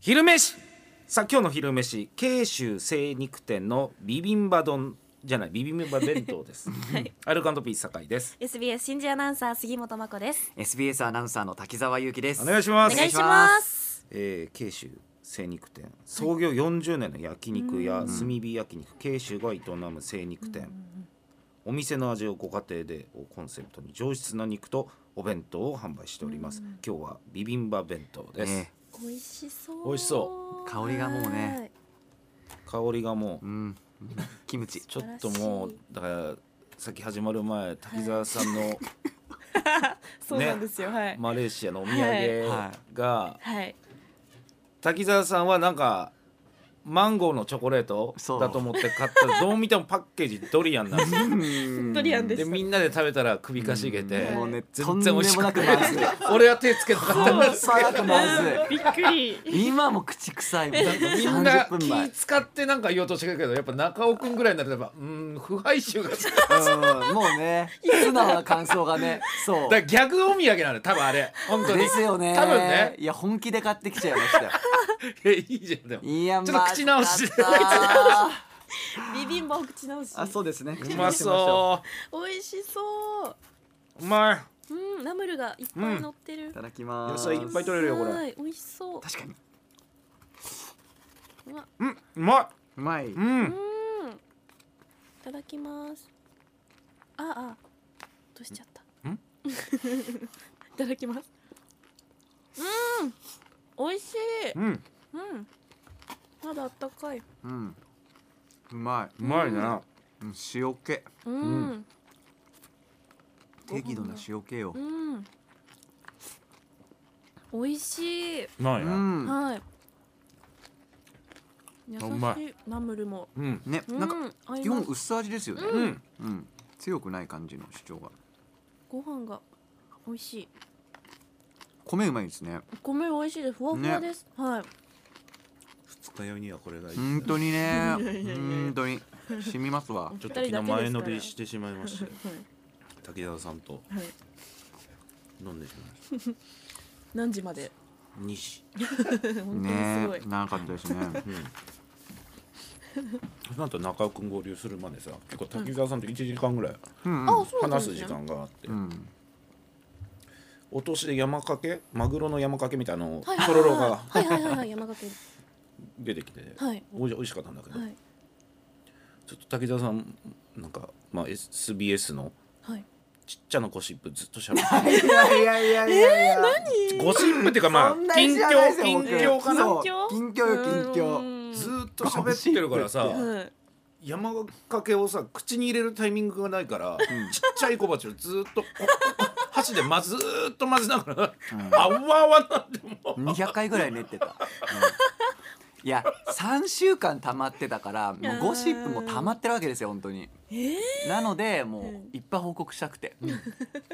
昼飯さあ今日の昼飯慶州精肉店のビビンバ丼じゃないビビンバ弁当 です、アルカンドピース酒井です SBS 新人アナウンサー杉本真子です SBS アナウンサーの滝沢裕樹ですお願いしますお願いしますえー、慶州精肉店創業40年の焼肉や炭火焼肉慶州が営む精肉店お店の味をご家庭でをコンセプトに上質な肉とお弁当を販売しております今日はビビンバ弁当です、ね美味しそう美味しそう香りがもうねはい香りがもううんキムチちょっともうだからさっき始まる前滝沢さんのそうなんですよ、はいマレーシアのお土はい産がはい滝沢さんはなんかマンゴーのチョコレートそうだと思って買 ったらどう見てもパッケージドリアンなんですよドリアンででしたみんなで食べたら首かしげてうんもうねと全ん然で美も味しくななくいまずい俺は手つけたかったんださなくまずびっくりい 今も口臭いもんみんな30分前気使ってなんか言おうとしてるけどやっぱ中尾くんぐらいになるとやっぱうーん不敗臭がだかうんもうね素直な感想がねそうらギャグお土産なの多分あれ本当にですよね多分ねいや本気で買ってきちゃいましたよえいいじゃんでもいやちょっと口直しまあ ビビンバお口直しあそうですねうまそう美味しそううまい。うんナムルがいっぱい乗ってる、いただきます野菜いっぱい取れるよこれはい美味しそう確かにうわうん、うまうまいい。うん。うんいただきますああどうしちゃったんいただきますうん美味しいうん。うんまだあったかいうんうまうまいな。いうん塩気うん適度な塩気をうん美味しいうまういな。んはい優うましいナムルもうん。ねうなんか合い基本ます薄味ですよねうん。うん強くない感じの主張がご飯が美味しい米うまいですねお米美味しいですふわふわねですはい二日酔いにはこれがい本当にねいやいやいや本当に染みますわちょっと昨日前乗りしてしまいまして、は滝沢さんといはい飲んでしまいまし何時までた。二時。本当にすねごい、長かったですねうん。なんと中尾くん合流するまでさ、結構滝沢さんと一時間ぐらいうんあそうなん話ですす時ね間があってう、んお年で山かけ、マグロの山かけみたいなのはいはいはいとろろがはいはいはいはい山掛け出てきて、はいおい美味しかったんだけどは、いちょっと滝沢さんなんかまあ SBS のはいちっちゃなゴシップずっと喋って。いやいやいやいやい やゴシップっていうかまあそんな近に知らないです況よ近況僕かなそう近況よ近況ずっーっと喋ってるからさはい山かけをさ口に入れるタイミングがないから、ちっちゃい小鉢をずーっとこ う箸でまずーっと混ぜながら、あわあわなってもう200回ぐらい練ってた、うんいや3週間溜まってたからもうゴシップも溜まってるわけですよ本当にええなのでもううんいっぱい報告したくて、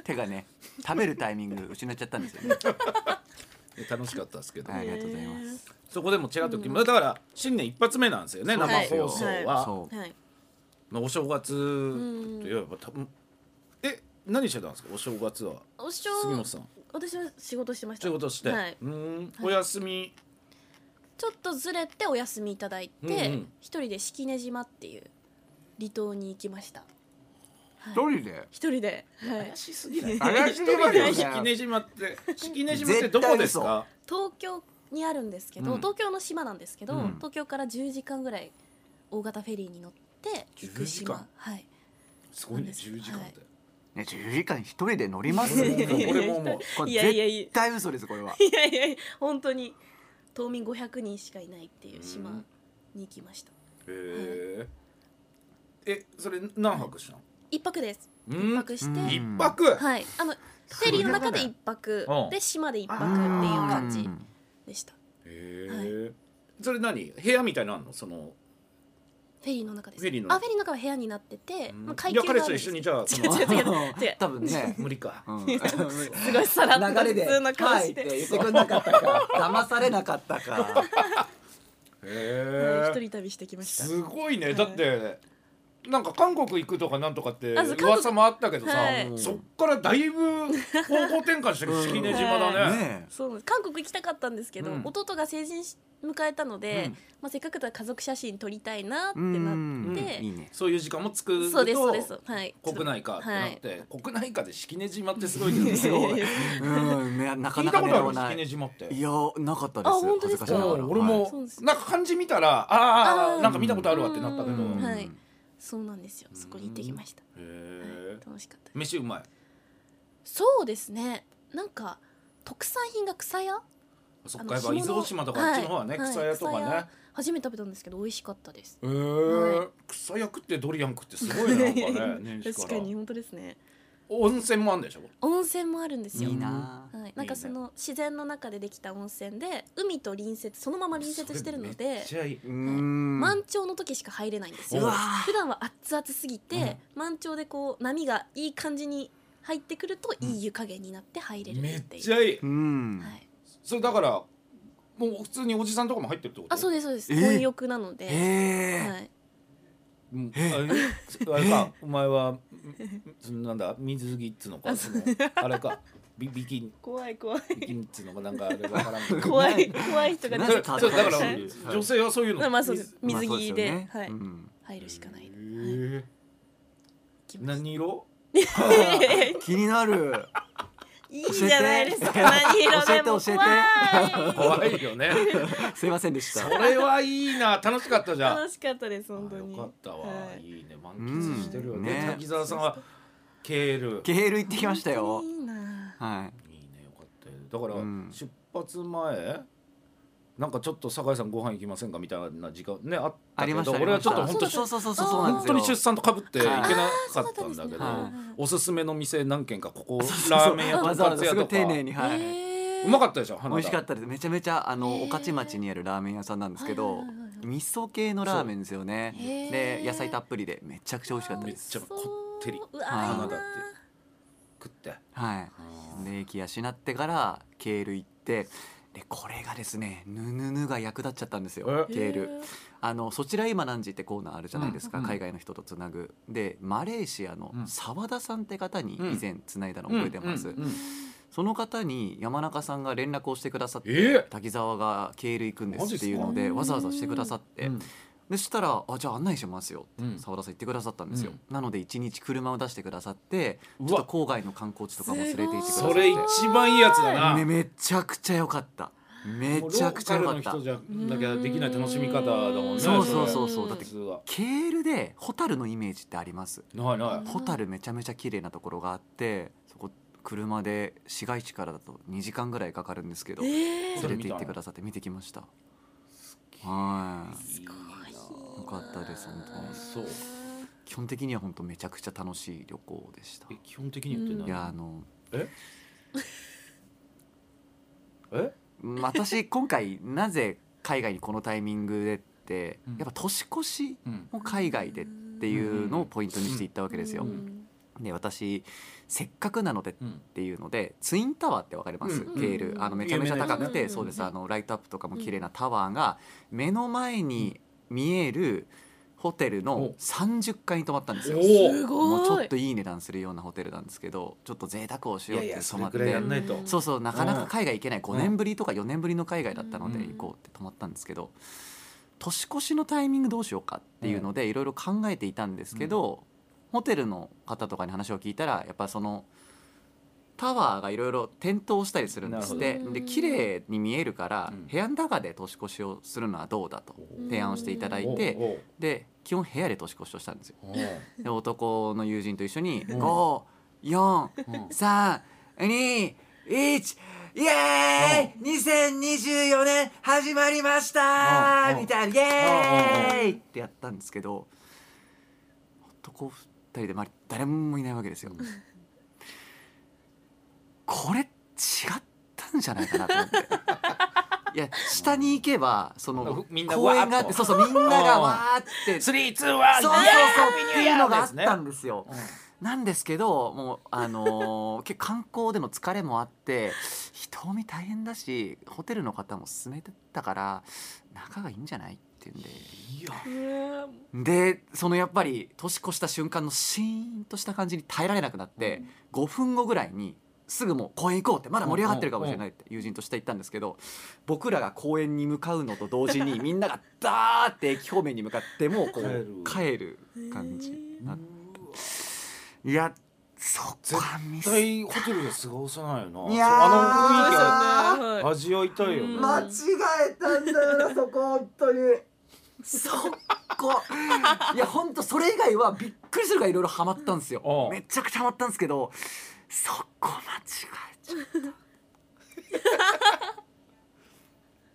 手がね食べるタイミング失っちゃったんですよ ね、楽しかったですけど、はいありがとうございますそこでもちらっと来まだから新年一発目なんですよねそう生ですよ放送はいは、そうはいまあ、お正月んといえば多分え何してたんですかお正月はお正杉本さん私は仕事してましたそういうことして、はいうーんはいお休み、ちょっとずれてお休みいただいうんうてん一人で式根島っていう離島に行きましたはい一人で一人ではい怪しすぎない 怪しすぎますよね式根島って式根島ってどこですか東京にあるんですけど、うん東京の島なんですけど、うん東京から10時間ぐらい大型フェリーに乗って行く10時間島はいすごいねそう10です時間って、ね10時間一人で乗ります いやいやいや俺ももうこれいやいやいや絶対嘘ですこ れはいやいやいや本当に島民500人しかいないっていう島うんに行きましたへええそれ何泊したの一泊ですうん一泊して、うん一泊、はいあのフェリーの中で一泊うんで島で一泊っていう感じうんでしたへフえそれ何部屋みたいなのあんのそのェリーの中ですフェリーのあフェリーの中は部屋になってて、まあ、階い級やがある彼ん氏とで一緒にすじ ゃあそ 違うの違う違う違う 多分ね、無理か うん、すごいさらっと流れで普通のは顔いっしてて、言ってくれなかったか騙されなかったかはいへ一え人旅してきましたすごいねいだってなんか韓国行くとかなんとかってあそう韓国噂もあったけどさはいそっからだいぶ方向転換してる式根島だねねえ そうなんです韓国行きたかったんですけど、うん弟が成人し迎えたので、うんまあ、せっかくだから家族写真撮りたいなってうんなっってて、いいねそういう時間も作るそとうですそうですはい国内かってなって、国内かで式根島ってすごいけど ねすごいうんねなか聞いなたかこねとあるない式根島っていやなかったですあ本当ですか恥ずしながらうん俺はいもそうですなんか漢字見たらあああーなんか見たことあるわってなったけど、ううんんへはいそうなんですよそこに行ってきました、はいえ、楽しかったです飯うまいそうですねなんか特産品が草屋そっかやっあぱの伊豆干物大島とかあっちの方はね、はい草屋とかね、はい草初めて食べたんですけど美味しかったですええは草屋食ってドリアン食ってすごいねなん かね年始確かからに本当ですね温泉もあるんでしょ温泉もあるんですよいいなはい、なんかその自然の中でできた温泉で海と隣接そのまま隣接してるのそれめでっちゃいいうん満潮の時しか入れないんですようわー普段は熱々すぎて、満潮でこう波がいい感じに入ってくるといい湯加減になって入れるめっっていう、ちゃいいうんはい、それだからもう普通におじさんとかも入ってるってことあそうですそうですえー混浴なので、はへえい、うんあれあれかお前はんそのなんだ水着っつうのかそのあれかビビキン怖い 怖いビキンっつうのかなんかあれわからんけど怖い怖い人がだ出かてらきなたそうだかんらはい女性はそういうのまあそうですまあ水そうす着よで,、ねはいうん入るしかないへでえきます何色気になるいいじゃないですか何色でも教えて教怖えて怖い いよ ねすいませんでしそたれはいいな楽しかったじゃん楽しかったです本当あよにかったわ、、はいいいね満喫してるようんねね滝沢さんはケールケール行ってきましたよ本当にいいなはいいねよかったよだから、うん出発前なんかちょっと酒井さんご飯行きませんかみたいな時間ねあっあたりけましどた俺はちょっとあり本当ましたにそうそうそうそうそうなんで本す当よに出産とかぶって行けなかったんだけど、あーそうだったんですねはいおすすめの店何軒かここそうそうラーメン屋とわかざわざカすツご屋いとか丁寧にはい、えうまかったでしょ花美田味しかったですめちゃめちゃあの、へー御徒町にあるラーメン屋さんなんですけはいど、はいはいはい味噌系のラーメンですよそうねへでー野菜たっぷりでめちゃくちゃ美味しかっためでっすちゃこってりうわいはいいな花田って食ってはいで駅養ってからケール行ってでこれがですねヌヌヌが役立っちゃったんですよえケーへルあのそちら今何時ってコーナーあるじゃないですか、うん海外の人とつなぐでマレーシアのうん澤田さんって方に以前つないだのうん覚えてます、うんうんその方に山中さんが連絡をしてくださって、え滝沢がケール行くんですっていうのマジっですかわざわざしてくださって、うんでそしたら「あじゃあ案内しますよ」ってうん澤田さん言ってくださったんですよ、うんなので一日車を出してくださってうわちょっと郊外の観光地とかも連れて行ってくだすさごそっいれて一番いいやつだな、ね、めちゃくちゃ良かっためちゃくちゃ良かったもうローカルの人じゃなきゃできない楽しみ方だもんね。そうそうれそうそうだって普通は。ケールでホタルのイメージってありますないなうんい。ホタルめちゃめちゃ綺麗なところがあってそこ車で市街地からだと2時間ぐらいかかるんですけど連えそれれて行ってくださって見てきましたはいいいよかったです本当な。にそう。基本的には本当めちゃくちゃ楽しい旅行でしたえい基本的に言ってない。うんやあのえ？え？うん私今回なぜ海外にこのタイミングでってうんやっぱ年越しうん。も海外でっていうのをポイントにしていったわけですよう。んで私せっかくなのでっうん。ていうのでツインタワーってわかります、うんケールあのめちゃめちゃ高く有名なやつねて、そうですうんあのライトアップとかも綺麗なタワーが目の前に見えるホテルおの30階に泊まったんですよ。おすもうちょごっいといい値段するようなホテルなんですけどちょっと贅沢をしいようやっいてや泊そまれってくらいやんないと。うんそうそうなかなうかん海外行けない5年ぶりとか4年ぶりの海外だったのでうん行こうって泊まったんですけど年越しのタイミングどうしようかっていうのでいろいろ考えていたんですけどホテルの方とかに話を聞いたらやっぱそのタワーがいろいろ点灯したりするんですっなてるほどで綺麗に見えるからうん部屋の中で年越しをするのはどうだと提案をしていただいておうで基本部屋で年越しをしたんですよ。おうで 男の友人と一緒にうん5 4おううん三、二、一、イエーイ、二千二十四年始まりましたうんうんみたいなイエうんーイってやったんですけど、男二人でまり誰もいないわけですよ。これ違ったんじゃないかなと思って。いや下に行けばそのみんな公園がわあっーてっそとうそうみんながわーってスそうリーツーワン。そうそうっていうのがあったんでですよ。すね。なんですけどもうあ のー結構観光での疲れもあって人見大変だしホテルの方も勧めてたから仲がいいんじゃないっていうんでいや。でそのやっぱり年越した瞬間のシーンとした感じに耐えられなくなって、5分後ぐらいにすぐもう公園行こうってまだ盛り上がってるかもしれないって友人として行ったんですけど僕らが公園に向かうのと同時にみんながダーって駅方面に向かってもうこう帰る感じなっていやそこはミ絶ス対ホテルで過ごさないよないいやーあそうですよねの雰囲気ははい味わいたいよね、うん間違えたんだよなそ こ本当にそこ いや本当それ以外はびっくりするがいろいろハマったんですようんめちゃくちゃハマったんですけどそこ間違えちゃっ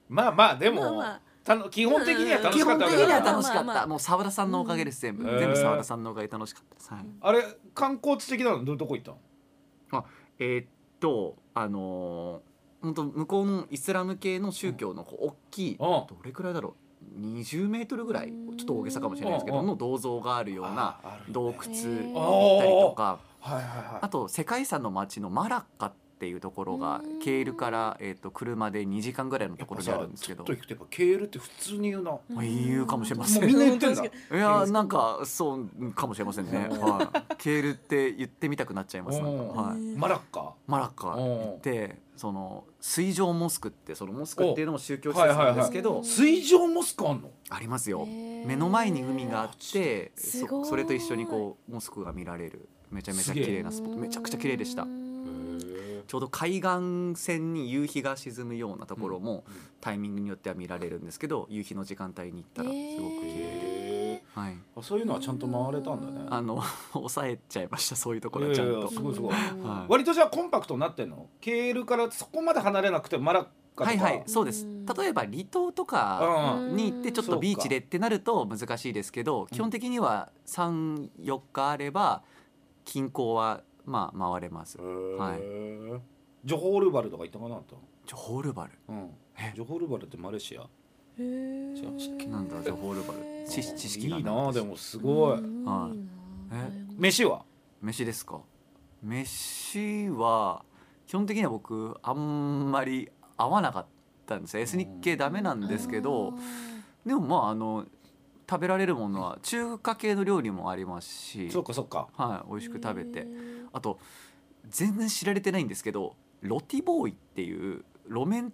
まあまあでも、まあまあたの基本的にはた楽基しか本っ的たわけにだはから楽しかった、まあまあもう澤田さんのおかげです全部、うん全部澤田さんのおかげで楽しかったです、はいうんあれ観光地的なのどどこ行ったのえーっとあのー本当向こうのイスラム系の宗教のこう大きい、うんどれくらいだろう20メートルぐらいちょっと大げさかもしれないですけど、うんの銅像があるようなああるよね洞窟へ行ーったりとかはいはいはあと世界遺産の町のマラッカっていうところがうんケールから、えー、と車で2時間ぐらいのいやとっこぱろさにあるんですけちょどっと行くとやっぱケールって普通に言うな、まあ言うかもしれませもうみんんな言ってんだいやーなんかそうかもしれませんね、うんはい、ケールって言ってみたくなっちゃいます、なんかはい、マラッカマラッカ行ってその水上モスクってそのモスクっていうのも宗教施設なんですけど、おはいはいはい水上モスクあんのありますよへー目の前に海があってすそごいそれと一緒にこうモスクが見られるめちゃめちゃ綺麗なスポットめちゃくちゃ綺麗でしたちょうど海岸線に夕日が沈むようなところもうんうんタイミングによっては見られるんですけど夕日の時間帯に行ったらすごく綺麗で、へーはい、あそういうのはちゃんと回れたんだねあの 抑えちゃいましたそういうところはちゃんいやいやとすごいすごいうんはい割とじゃあコンパクトになってんのケールからそこまで離れなくてマラッカとかはいはいそうですうん例えば離島とか、うんに行ってちょっとビーチでってなると難しいですけど基本的には34日あれば近郊はまあ回れますはいへえジョホールバルとか行ったかなあんたジョホールバルうんえジョホールバルってマレーシアへーじゃあ知識なんだジョホールバへルー知知識がいいいなですでもすごいうんはいいいなえ飯は飯ですか飯は基本的には僕あんまり合わなかったんですよエスニック系ダメなんですけどでもまああの食べられるものは中華系の料理もありますしそっかそっかはい美味しく食べへてーあと全然知られてないんですけどロティボーイっていう路面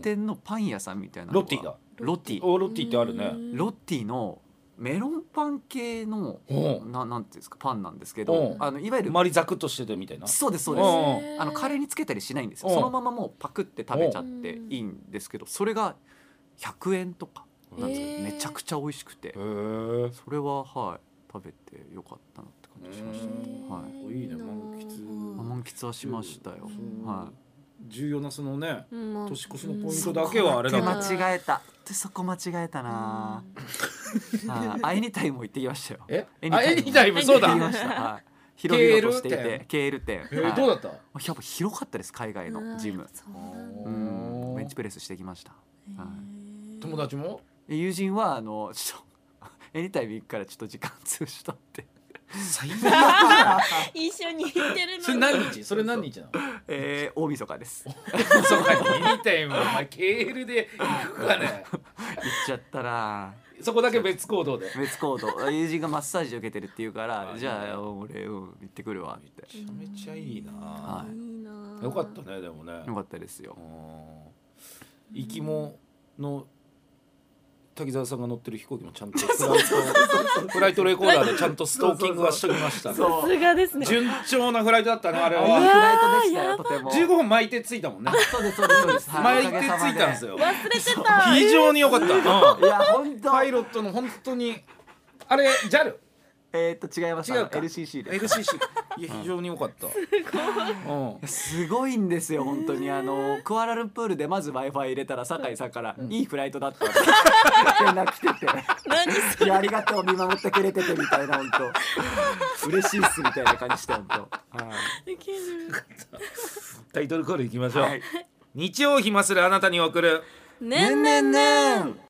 店のパン屋さんみたいなのロがッティだロティおロッティってあるねうんロッティのメロンパン系のうんななんていうんですかパンなんですけうどんあのいわゆあるんまりザクッとしててみたいなそうですそううでんすあのカレーにつけたりしないんですようんそのままもうパクって食べちゃってうんいいんですけどそれが100円とかなんですよへーめちゃくちゃ美味しくてへえそれははい食べてよかったなって感じしましたねうんはいいいね満喫あ満喫はしましたよそうはい重要なそのねうんまあ年越しのポインそトこだだけけはあれだもん間違えたでそこ間違えたな、あーアイニタイムも行ってきましたよえエニあタイムエニタイムそうだ行えってきましたはい広々としていケールてケール店はいーどうだったやっぱ広かったです海外のジムそうなんだうんベンチプレスしてきましたは友達もで友人はあのちょっ とエニタイム行くからちょっと時間潰したって最悪一緒に行ってるのに それ何日それ何日なのえー、大晦日です行っ そこにエニタイムお前ケールで行くかねちゃったなそこだけ別行動で別行動友人がマッサージ受けてるって言うからあじゃあ俺、うん、行ってくるわってめちゃめちゃいいなはいいなよかったねでもねよかったですようん行きもの滝沢さんが乗ってる飛行機もちゃん とフライトフライトレコーダーでちゃんとストーキングはしときましたねそうさすがですね順調なフライトだったねあれいいフはライトでしたやよばとても15分巻いて着いたもんねそうですそうです そうです巻いて着いたんですよよ忘れてた非常に良かった、うんいや本当パイロットの本当にあれ JAL えー、っと違いました違うか LCC です LCC いや非常に良かったうんすごいんですよ本当にあのクアラルンプールでまず w i f i 入れたら酒井さんから、いいフライトだった」って 連絡来てて何いや「ありがとう見守ってくれてて」みたいな本当嬉しいっすみたいな感じして本当はいできるタイトルコールいきましょう、はい日曜暇するあなたに送るねんねんねんねん